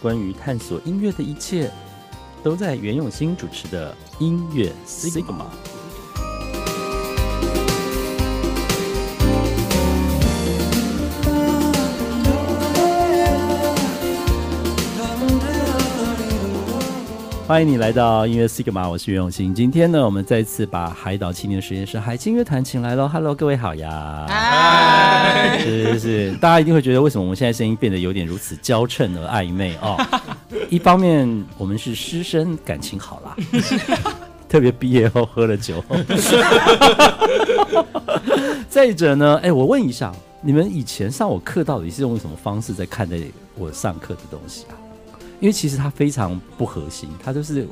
关于探索音乐的一切，都在袁永新主持的音乐 Sigma。欢迎你来到音乐 Sigma，我是袁永新。今天呢，我们再次把海岛青年实验室海清乐团请来喽。Hello，各位好呀！嗨，是是是，大家一定会觉得为什么我们现在声音变得有点如此娇嗔而暧昧哦？一方面我们是师生感情好啦， 特别毕业后喝了酒 后。再者呢，哎、我问一下，你们以前上我课到底是用什么方式在看待我上课的东西啊？因为其实它非常不核心，它都是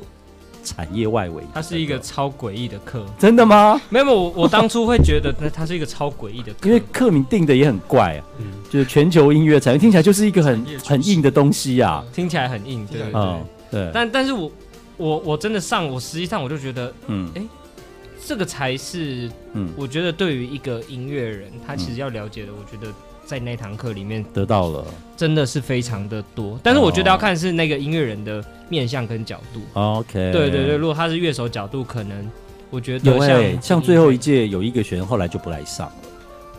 产业外围的。它是一个超诡异的课。真的吗？没有，没有我我当初会觉得 它它是一个超诡异的课，因为课名定的也很怪、啊，嗯就是全球音乐产业，听起来就是一个很产业趋势很硬的东西呀、听起来很硬，对对对对。嗯，对，但但是我我我真的上，我实际上我就觉得嗯这个才是嗯，我觉得对于一个音乐人，他其实要了解的，我觉得在那堂课里面得到了真的是非常的多。但是我觉得要看是那个音乐人的面向跟角度。 ，OK，对对对，，如果他是乐手角度，可能我觉得哦有哎、像像最后一，届有一个学员后来就不来上了，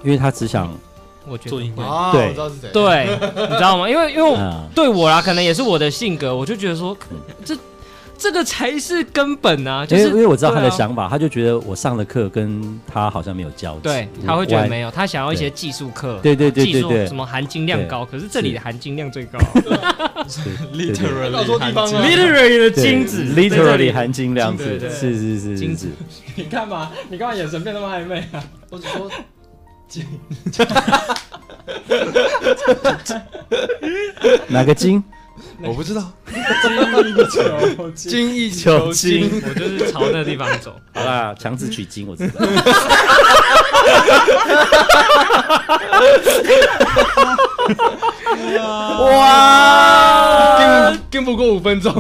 因为他只想我觉做得音乐，哦，对我知道是谁。，对，你知道吗？因为因为我啊，对我啦，可能也是我的性格，我就觉得说嗯，这这个才是根本啊，因就为是因为我知道他的对啊想法，他就觉得我上的课跟他好像没有交集，对，他会觉得没有，他想要一些技术课，对对对技对术对什么含金量高，可是这里的含金量最高对对对到错地啊 方了。 ，literary 的对金子在这里，literally 含金量对子对，对是是是金是子是，你干嘛？你干嘛眼神变那么暧昧 啊？我只说哪个 金？我不知道。金球，精益求求精精，哦我就是朝那地方 走，好啦，强制取经，我知道。哇！跟跟不过五 分钟。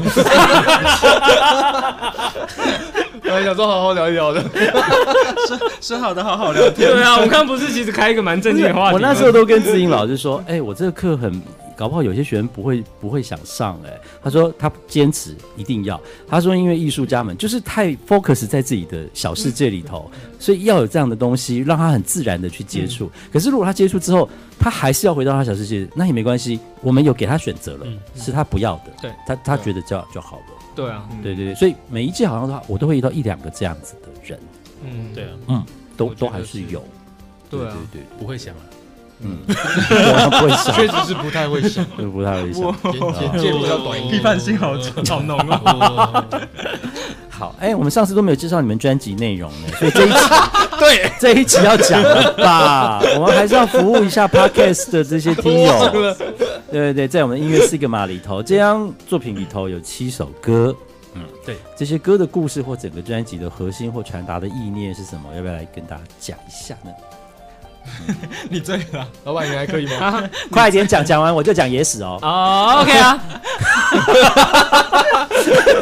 本来想说好好聊一聊的，说好的好好聊天。对啊，我们刚不是其实开一个蛮正经的话啊题吗，我那时候都跟志英老师说，哎、我这个课很，搞不好有些学员不会不会想上、哎，他说他坚持一定要，他说因为艺术家们就是太 focus 在自己的小世界里头，所以要有这样的东西，让他很自然的去接触。嗯可是如果他接触之后，他还是要回到他小世界，那也没关系，我们有给他选择了，是他不要的，嗯对他他觉得这样就好了。对啊，对对对，所以每一届好像都我都会遇到一两个这样子的人，嗯，对啊，都我觉都得还是是有。对啊，对对，不会想啊，嗯，我 不会 确想，实是不太会想，对不太会想。眼眼界比较短啊一点。判性好 好浓哦。重。好，哎、我们上次都没有介绍你们专辑内容呢，所以这一期 对这一期要讲了吧？我们还是要服务一下 podcast 的这些听友。对对对，在我们音乐 Sigma 里头，这张作品里头有七首歌。嗯，对，这些歌的故事或整个专辑的核心或传达的意念是什么？要不要来跟大家讲一下呢？你醉了，老板，你还可以吗？快点讲，讲完我就讲野史哦。哦、o k 啊，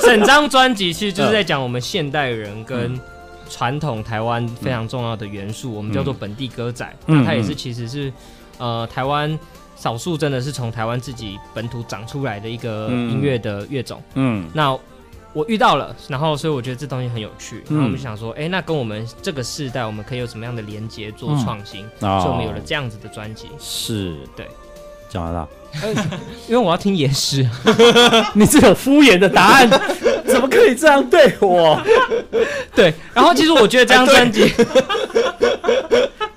整张专辑其实就是在讲我们现代人跟传统台湾非常重要的元素，我们叫做本地歌仔，嗯那它也是其实是呃台湾少数真的是从台湾自己本土长出来的一个嗯音乐的乐种。嗯那我遇到了，然后所以我觉得这东西很有趣，嗯然后我们就想说，哎、那跟我们这个世代，我们可以有什么样的连接做创新？哦所以我们有了这样子的专辑，是，对，讲完了。 因为我要听野史。你这种敷衍的答案， 怎么可以这样对我？ 对，然后其实我觉得这哎张 专辑，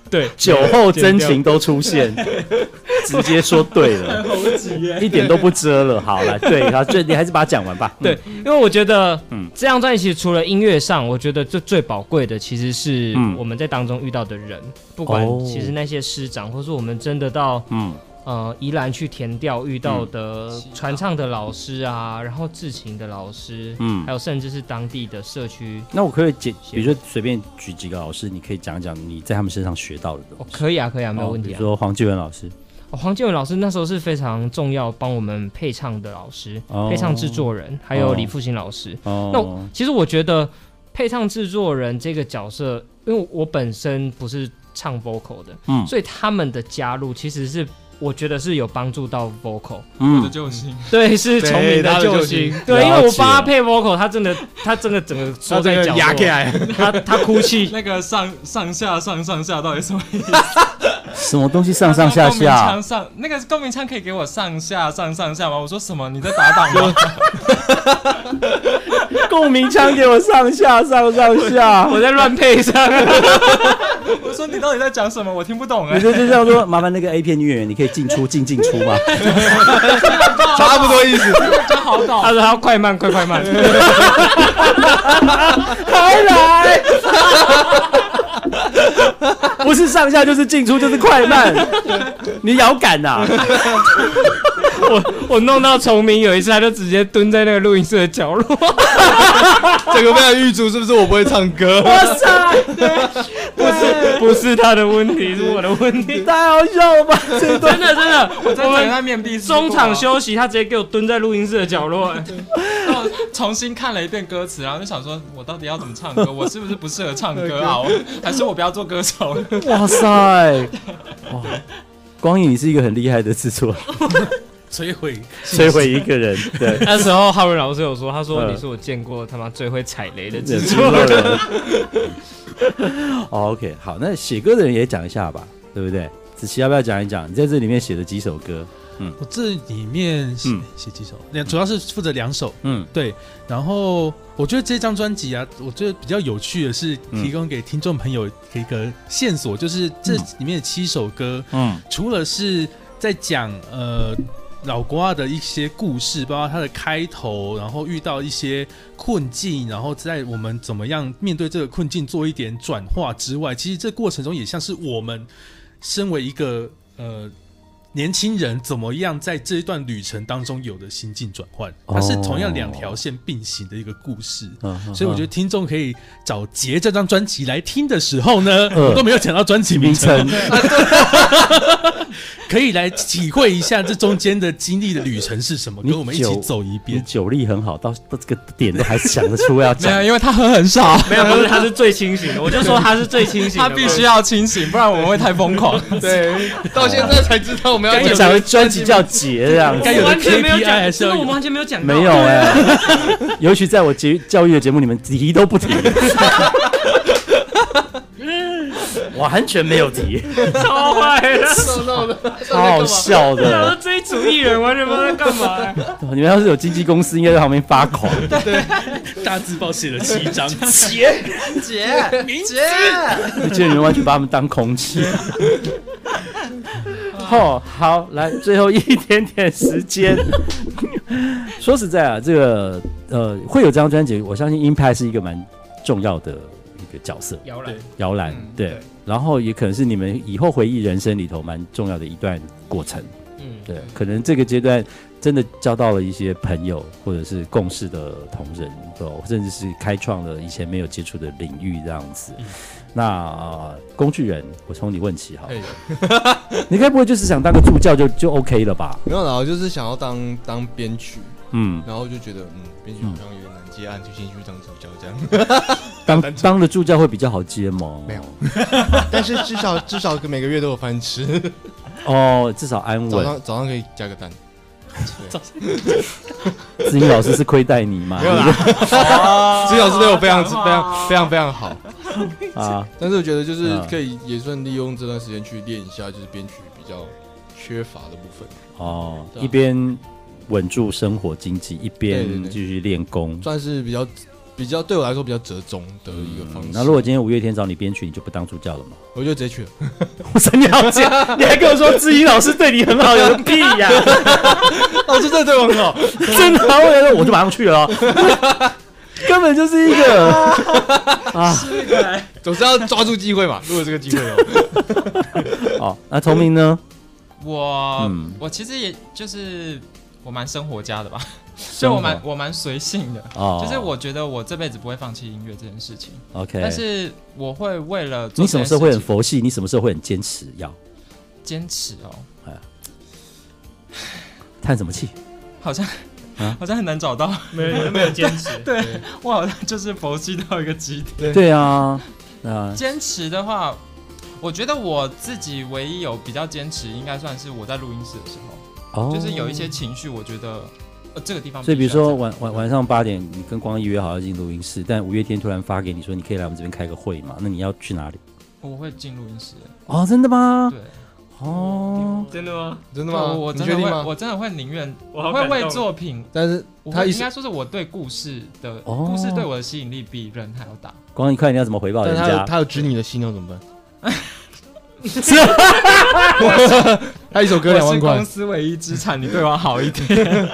对，酒后真情都出现， 直接说对 了，好挤耶。一点都不遮了。好了，对，好，这你还是把它讲完吧。对，因为我觉得，嗯嗯，这张专辑其实除了音乐上，我觉得最最宝贵的其实是嗯我们在当中遇到的人，不管哦其实那些师长，或是我们真的到嗯，呃宜兰去填调遇到的传唱的老师啊，然后制琴的老师，嗯嗯，还有甚至是当地的社区，那我可以举，比如说随便举几个老师，你可以讲讲你在他们身上学到的东哦，西。可以啊，可以啊，没有哦问比题如啊。说黄继文老师，哦黄建文老师那时候是非常重要帮我们配唱的老师，哦配唱制作人，还哦有李复兴老师。那我哦，其实我觉得配唱制作人这个角色，因为我本身不是唱 vocal 的，嗯所以他们的加入其实是我觉得是有帮助到 vocal，我的嗯，救星，对，是对崇明他的的救救星星，对，因为了我解帮他配 vocal，他真的，他真的整个缩在角压起落，来，他他哭泣，那个上上下上上下到底什么意思？什么东西上上下他说共 鸣下腔，上那个共鸣腔可以给我上下上上下吗？我说什么？你在打 档吗？共鸣腔给我上下上上下， 我在乱配上，我说你到底在讲什么？我听不懂你哎、这就叫做麻烦那个 A 片女演员，你可以进出进进出嘛。差不多意思。真好懂。他说他要快慢快快慢，还来， 不是上下就是进出就是快 慢，你啊遥感呐、我我弄到崇明有一次，他就直接蹲在那个录音室的角落，整个被他预祝，是不是我不会唱歌？哇塞，不是不是他的问题，是我的问题，太好笑了吧！这一段 真的真的，我在我讲们他面壁思过啊中场，休息，他直接给我蹲在录音室的角落，哎然后重新看了一遍歌词，然后就想说，我到底要怎么唱歌？我是不是不适合唱 歌啊？我还是我不要做歌手了？哇塞，哇，光影你是一个很厉害的制作人，摧毁摧毁一个人， 对， 那时候浩文老师有说，他说嗯你是我见过他妈最会踩雷的制制作作人。人。 哦 OK，好，那写歌的人也讲一下吧，对不对？子琪要不要讲一讲你在这里面写的几首歌？我这里面写嗯写几首，那主要是负责两首。嗯对，然后我觉得这张专辑啊，我觉得比较有趣的是嗯提供给听众朋友一个线索，就是这里面的七首歌，嗯除了是在讲呃老瓜的一些故事，包括他的开头，然后遇到一些困境，然后在我们怎么样面对这个困境做一点转化之外，其实这过程中也像是我们身为一个呃。年轻人怎么样在这一段旅程当中有的心境转换？它是同样两条线并行的一个故事，嗯，所以我觉得听众可以找《杰》这张专辑来听的时候呢，嗯我都没有讲到专辑名名称，称，可以来体会一下这中间的经历的旅程是什么，你跟我们一起久走一你遍。酒力很好，到到这个点都还想得出要没讲 有，。因为他喝很少， 没有，不是，他是最清醒的。我就说他是最清醒的，他必须要清醒，不然我们会太疯 狂。对，到现在才知道我们要刚讲讲的专辑叫《 结》这样子，该有的完全没有 KPI 讲，还是真要的有我们完全没有啊讲到。没有哎、 尤其在我节教育的节目里面提都不提， 完全没有提，超坏的。闹闹的，超好笑他说的。这一组艺人完全不知道在干嘛、 你们要是有经纪公司，应该在旁边发狂。大字报写了七张，姐，明姐， 我觉得你们完全把他们当空气。哦，好，来，最后一点点时间。 说实在啊，这个呃，会有这张专辑，我相信 Impact 是一个蛮重要的一个角色摇篮，摇篮，嗯对。对然后也可能是你们以后回忆人生里头蛮重要的一段过程，嗯，对。可能这个阶段真的交到了一些朋友，或者是共事的同仁，对吧，甚至是开创了以前没有接触的领域这样子。嗯那、呃工具人，我从你问起好了， 你该不会就是想当个助教就就 OK 了吧？没有啦，我就是想要当当编曲，嗯，然后就觉得嗯，编曲好像有点难接案，就先去当主角这样。当当了助教会比较好接吗？没有 但是至少至少每个月都有饭吃，哦，至少安早稳。上早上可以加个 蛋。对子英老师是亏待你吗？没有啦，子老师对我啊非常非常非常非常 好，啊，但是我觉得就是嗯可以也算利用这段时间去练一下，就是编曲比较缺乏的部分，哦，对啊一边稳住生活经济，一对对边对继续练功。算是比较比较对我来说比较折中的一个嗯方式。那如果今天五月天找你编曲，你就不当助教了吗？我就直接去了， 我说你好贱，你还跟我说志英老师对你很好，有个屁 呀、哦老师真的对我很好，真的啊，我觉得我就马上去了哦， 根本就是一个 啊。总是要抓住机会嘛。如果这个机会 哦，好，哦那崇明呢？我、嗯我其实也就是我蛮生活家的吧，就我蛮生我蛮随性的。活哦，就是我觉得我这辈子不会放弃音乐这件事情， OK，但是我会为了做你什么时候这会件很事情佛系？你什么时候会很坚持？要坚持哦，叹什么气？好像、啊 好像很难找到，没有没有坚持。对我好像就是佛系到一个极点。嗯对啊，啊，坚持的话，我觉得我自己唯一有比较坚持，应该算是我在录音室的时候，哦就是有一些情绪，我觉得呃这个地方所须要这样。以比如说晚晚晚上八点，你跟光一约好要进录音室，但五月天突然发给你说你可以来我们这边开个会嘛？那你要去哪里？我会进录音室，哦，真的吗？对，啊哦，真的吗？真的对吗？我我你真确的定会，吗？我真的会宁愿我我好会感动为作品，但是我他会意应思该说是我对故事的哦故事对我的吸引力比人还要大。光一看你要怎么回哦报但人他有家？他有指你的心要怎么 办？是他一首歌两我万是块公，司唯一资产，你对我好一点。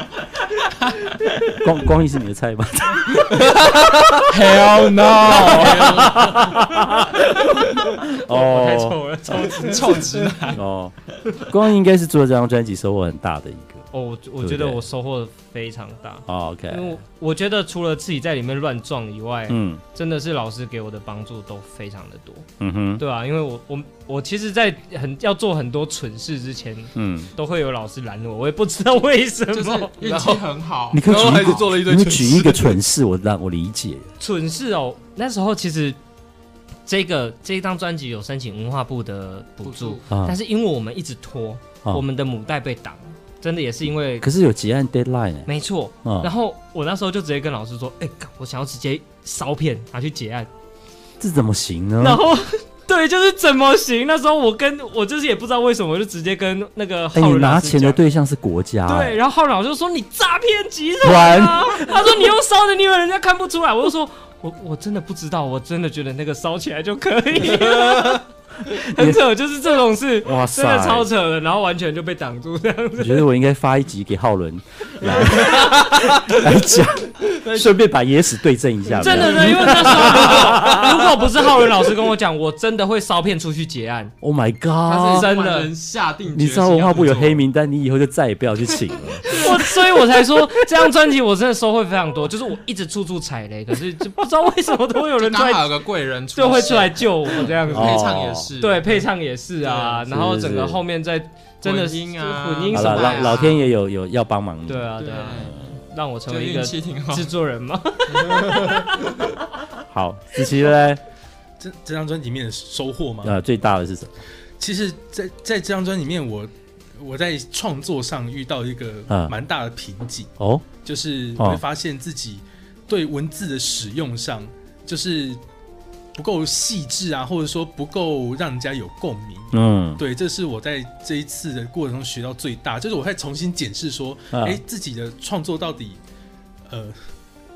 光光一是你的菜吗？ Hell no！ 我太哦丑了，丑臭直男，哦，光一应该是做这张专辑收获很大的一个。 哦，我我觉得我收获非常大，哦因为 OK，我我觉得除了自己在里面乱撞以外，嗯真的是老师给我的帮助都非常的多，嗯哼，对啊，因为我我我其实，在很要做很多蠢事之前，嗯，都会有老师拦我，我也不知道为什就是么。运气很好。你可以然后还举是一做了一个，你堆蠢可以举事一个蠢事，我让我理解。蠢事哦，那时候其实这个这一张专辑有申请文化部的补助，啊但是因为我们一直拖，啊我们的母带被挡，真的也是因为可是有结案 deadline 哎，没错。然啊，后我那时候就直接跟老师说：“哎、干我想要直接烧片拿去结案。这怎么行呢？然后 对，就是怎么行？那时候我跟我就是也不知道为什么，我就直接跟那个哎，浩你仁老拿师钱的讲对象是国家，哎啊对，然后浩老师就说你诈骗集团、团啊， 他说你用烧的，你以为人家看不出来？我就说我我真的不知道，我真的觉得那个烧起来就可以 了很扯，就是这种事，哇塞真的超扯的，然后完全就被挡住 这样我子。觉得我应该发一集给浩 伦来来讲，顺便把野史对证一下。真的有没的，因为那时候如果 如果不是浩文老师跟我讲，我真的会烧片出去结案。有？Oh my 他是 god！真真的的下 定决心你知道文化部有要这么做黑名单，你以后就再也不要去请了。 我所以，我才说这张专辑我真的收获非常多，就是我一直处处踩雷，可是 就不知道为什么都会有人出刚好来，有个贵人出就会现出来救我这样子。配唱也是，对，配唱也是啊，对然后是整个是后面再真的混音啊混音好什了，么老的，老天爷有有要帮忙你。对啊对对啊，哦让我成就为一个运气挺好。制作人 嘛。好，子琪 嘞，这这张专辑里面的收获吗？呃，最大的是什么？其实在，在这张专辑里面我，我在创作上遇到一个嗯蛮大的瓶颈，哦，就是哦我会发现自己对文字的使用上，就是不够细致啊，或者说不够让人家有共鸣。嗯，对，这是我在这一次的过程中学到最大，就是我在重新检视说，啊哎、自己的创作到底，呃，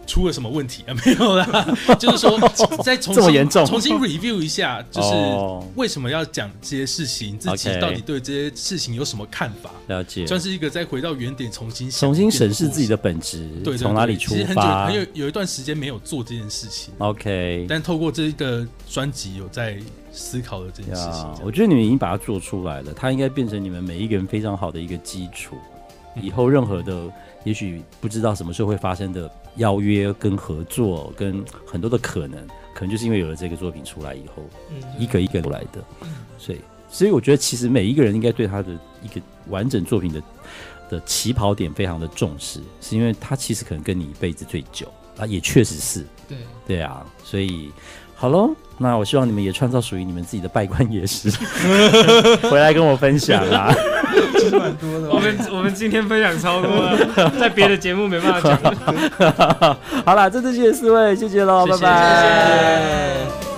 出了什么问题 啊？没有啦，就是 说再重这么新严重重新 review 一下，就是哦为什么要讲这些事情，自己 OK 到底对这些事情有什么看法，了解，算是一个再回到原点，重新想重新一遍审视故自己事的本质对，对，从哪对里出其实很久发很有有一段时间没有做这件事情， ？OK，但透过这个专辑有在思考的这件事情这呀样，，我觉得你们已经把它做出来了，它应该变成你们每一个人非常好的一个基 础。以后任何的，也许不知道什么时候会发生的邀约、跟合作、跟很多的可能，可能就是因为有了这个作品出来以后，嗯一个一个出来的。所以，所以我觉得其实每一个人应该对他的一个完整作品的的起跑点非常的重视，是因为他其实可能跟你一辈子最久啊，也确实是。对，对啊，所以好喽，那我希望你们也创造属于你们自己的拜官野史， 回来跟我分享 啦。我们我们今天分享超多 了，在别的节目没办法讲。好啦，这次谢谢四位，谢谢喽，谢谢拜拜。谢谢。